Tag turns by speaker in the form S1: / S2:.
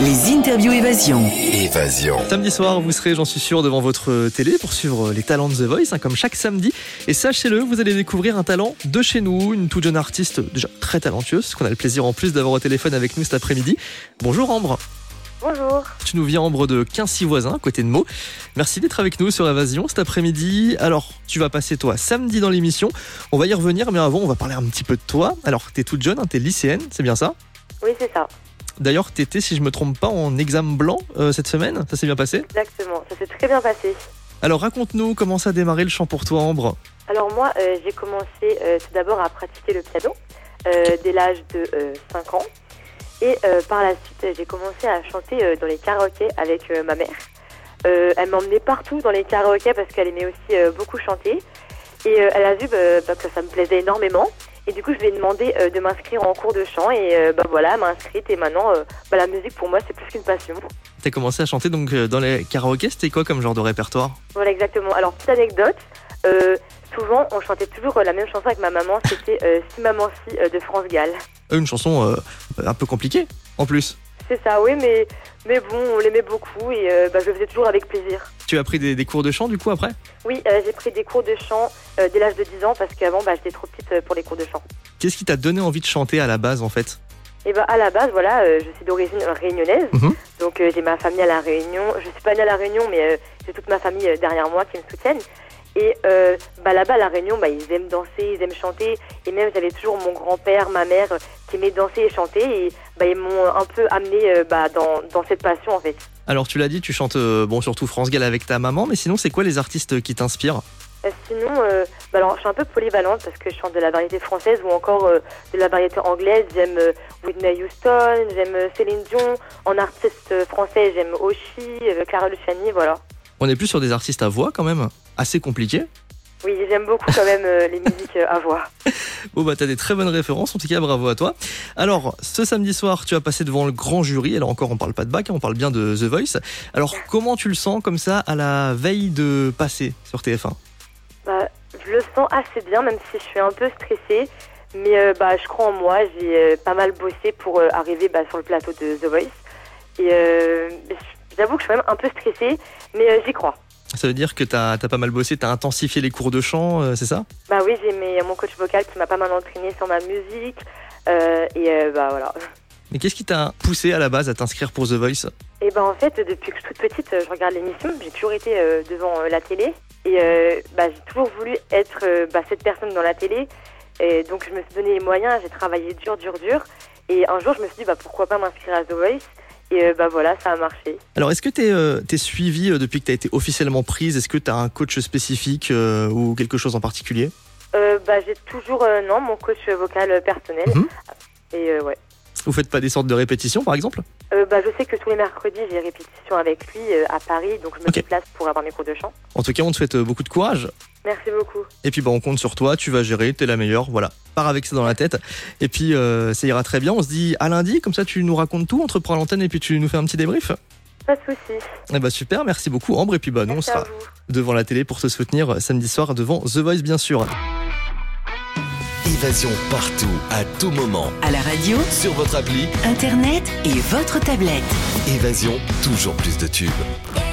S1: Les interviews évasion.
S2: Évasion.
S3: Samedi soir, vous serez, j'en suis sûr, devant votre télé pour suivre les talents de The Voice, hein, comme chaque samedi. Et sachez-le, vous allez découvrir un talent de chez nous, une toute jeune artiste déjà très talentueuse, qu'on a le plaisir en plus d'avoir au téléphone avec nous cet après-midi. Bonjour Ambre,
S4: Bonjour.
S3: tu nous viens Ambre de 15 voisins, côté de Meaux. Merci d'être avec nous sur Évasion cet après-midi. Alors, tu vas passer toi samedi dans l'émission. On va y revenir, mais avant, on va parler un petit peu de toi. Alors, t'es toute jeune, hein, t'es lycéenne, c'est bien ça
S4: Oui, c'est ça,
S3: D'ailleurs, t'étais, si je me trompe pas, en examen blanc euh, cette semaine. Ça s'est bien passé
S4: exactement. Ça s'est très bien passé.
S3: Alors raconte-nous comment ça a démarré le chant pour toi, Ambre.
S4: Alors moi, euh, j'ai commencé euh, tout d'abord à pratiquer le piano euh, dès l'âge de euh, 5 ans. Et euh, par la suite, euh, j'ai commencé à chanter euh, dans les karaokés avec euh, ma mère. Euh, elle m'emmenait partout dans les karaokés parce qu'elle aimait aussi euh, beaucoup chanter. Et euh, elle a vu bah, bah, que ça me plaisait énormément. Et du coup, je lui ai demandé euh, de m'inscrire en cours de chant. Et euh, bah, voilà, elle m'a inscrite. Et maintenant, euh, bah, la musique pour moi, c'est plus qu'une passion.
S3: T'as commencé à chanter donc euh, dans les karaokés, c'était quoi comme genre de répertoire
S4: Voilà, exactement. Alors, petite anecdote. euh, souvent, on chantait toujours euh, la même chanson avec ma maman. C'était euh, Si Maman Si euh, de France Gall.
S3: Euh, Une chanson euh, un peu compliquée en plus.
S4: C'est ça, oui, mais, mais bon, on l'aimait beaucoup et euh, bah, je le faisais toujours avec plaisir.
S3: Tu as pris des, des cours de chant du coup après
S4: Oui, euh, j'ai pris des cours de chant euh, dès l'âge de 10 ans parce qu'avant, bah, j'étais trop petite euh, pour les cours de chant.
S3: Qu'est-ce qui t'a donné envie de chanter à la base en fait
S4: Et bah, à la base, voilà, euh, je suis d'origine réunionnaise.
S3: Mhm.
S4: Donc, euh, j'ai ma famille à La Réunion. Je suis pas née à La Réunion, mais euh, j'ai toute ma famille euh, derrière moi qui me soutiennent. Et euh, bah, là-bas, à La Réunion, bah, ils aiment danser, ils aiment chanter. Et même, j'avais toujours mon grand-père, ma mère euh, qui aimaient danser et chanter. Et bah, ils m'ont un peu amenée euh, bah, dans, dans cette passion, en fait.
S3: Alors tu l'as dit, tu chantes euh, bon surtout France Gall avec ta maman, mais sinon c'est quoi les artistes qui t'inspirent
S4: Euh, Sinon, euh, bah alors, je suis un peu polyvalente parce que je chante de la variété française ou encore euh, de la variété anglaise. J'aime euh, Whitney Houston, j'aime euh, Céline Dion. En artiste euh, français, j'aime Oshi, euh, Clara Luciani, voilà.
S3: On est plus sur des artistes à voix quand même, assez compliqués.
S4: Oui, j'aime beaucoup quand même euh, les musiques euh, à voix.
S3: Bon bah t'as des très bonnes références, en tout cas bravo à toi. Alors ce samedi soir tu as passé devant le grand jury, alors encore on parle pas de bac, hein, on parle bien de The Voice. Alors comment tu le sens comme ça à la veille de passer sur TF1
S4: Bah, je le sens assez bien, même si je suis un peu stressée. Mais euh, bah, je crois en moi, j'ai euh, pas mal bossé pour euh, arriver bah, sur le plateau de The Voice. Et euh, j'avoue que je suis même un peu stressée, mais euh, j'y crois.
S3: Ça veut dire que t'as as pas mal bossé, t'as intensifié les cours de chant, euh, c'est ça
S4: Bah oui, j'ai mes- mon coach vocal qui m'a pas mal entraîné sur ma musique. euh, et euh, bah voilà.
S3: Mais qu'est-ce qui t'a poussé à la base à t'inscrire pour The Voice
S4: Et bah en fait, depuis que je suis toute petite, euh, je regarde l'émission. J'ai toujours été euh, devant euh, la télé. Et euh, bah, j'ai toujours voulu être euh, bah, cette personne dans la télé. Et donc je me suis donné les moyens, j'ai travaillé dur, dur, dur. Et un jour, je me suis dit, bah pourquoi pas m'inscrire à The Voice Et euh, bah voilà, ça a marché.
S3: Alors est-ce que t'es euh, t'es suivie euh, depuis que t'as été officiellement prise Est-ce que t'as un coach spécifique euh, ou quelque chose en particulier
S4: Euh, bah j'ai toujours, euh, non, mon coach vocal euh, personnel.
S3: Mhm.
S4: Et euh, ouais.
S3: Vous faites pas des sortes de répétitions par exemple
S4: Euh, bah, je sais que tous les mercredis, j'ai répétition avec lui euh, à Paris, donc je me
S3: Ok.
S4: déplace pour avoir mes cours de chant.
S3: En tout cas on te souhaite euh, beaucoup de courage
S4: Merci beaucoup.
S3: Et puis bah, on compte sur toi, tu vas gérer, t'es la meilleure, voilà. Pars avec ça dans la tête. Et puis euh, ça ira très bien. On se dit à lundi, comme ça tu nous racontes tout, on te reprend à l'antenne et puis tu nous fais un petit débrief.
S4: Pas de soucis.
S3: Et bah super, merci beaucoup Ambre. Et puis bah nous on
S4: Merci
S3: sera
S4: à vous.
S3: devant la télé pour te soutenir euh, samedi soir devant The Voice bien sûr.
S2: Évasion partout, à tout moment.
S1: À la radio,
S2: Sur votre appli,
S1: internet et votre tablette.
S2: Évasion, toujours plus de tubes.
S5: Évasion.